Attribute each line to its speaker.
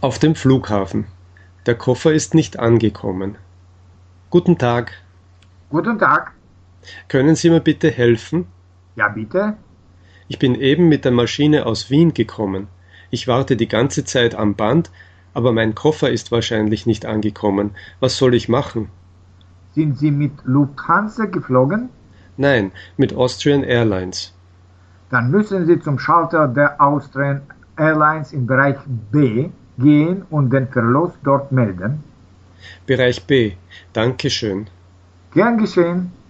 Speaker 1: Auf dem Flughafen. Der Koffer ist nicht angekommen. Guten Tag.
Speaker 2: Guten Tag.
Speaker 1: Können Sie mir bitte helfen?
Speaker 2: Ja, bitte.
Speaker 1: Ich bin eben mit der Maschine aus Wien gekommen. Ich warte die ganze Zeit am Band, aber mein Koffer ist wahrscheinlich nicht angekommen. Was soll ich machen?
Speaker 2: Sind Sie mit Lufthansa geflogen?
Speaker 1: Nein, mit Austrian Airlines.
Speaker 2: Dann müssen Sie zum Schalter der Austrian Airlines im Bereich B gehen und den Verlust dort melden.
Speaker 1: Bereich B. Dankeschön.
Speaker 2: Gern geschehen.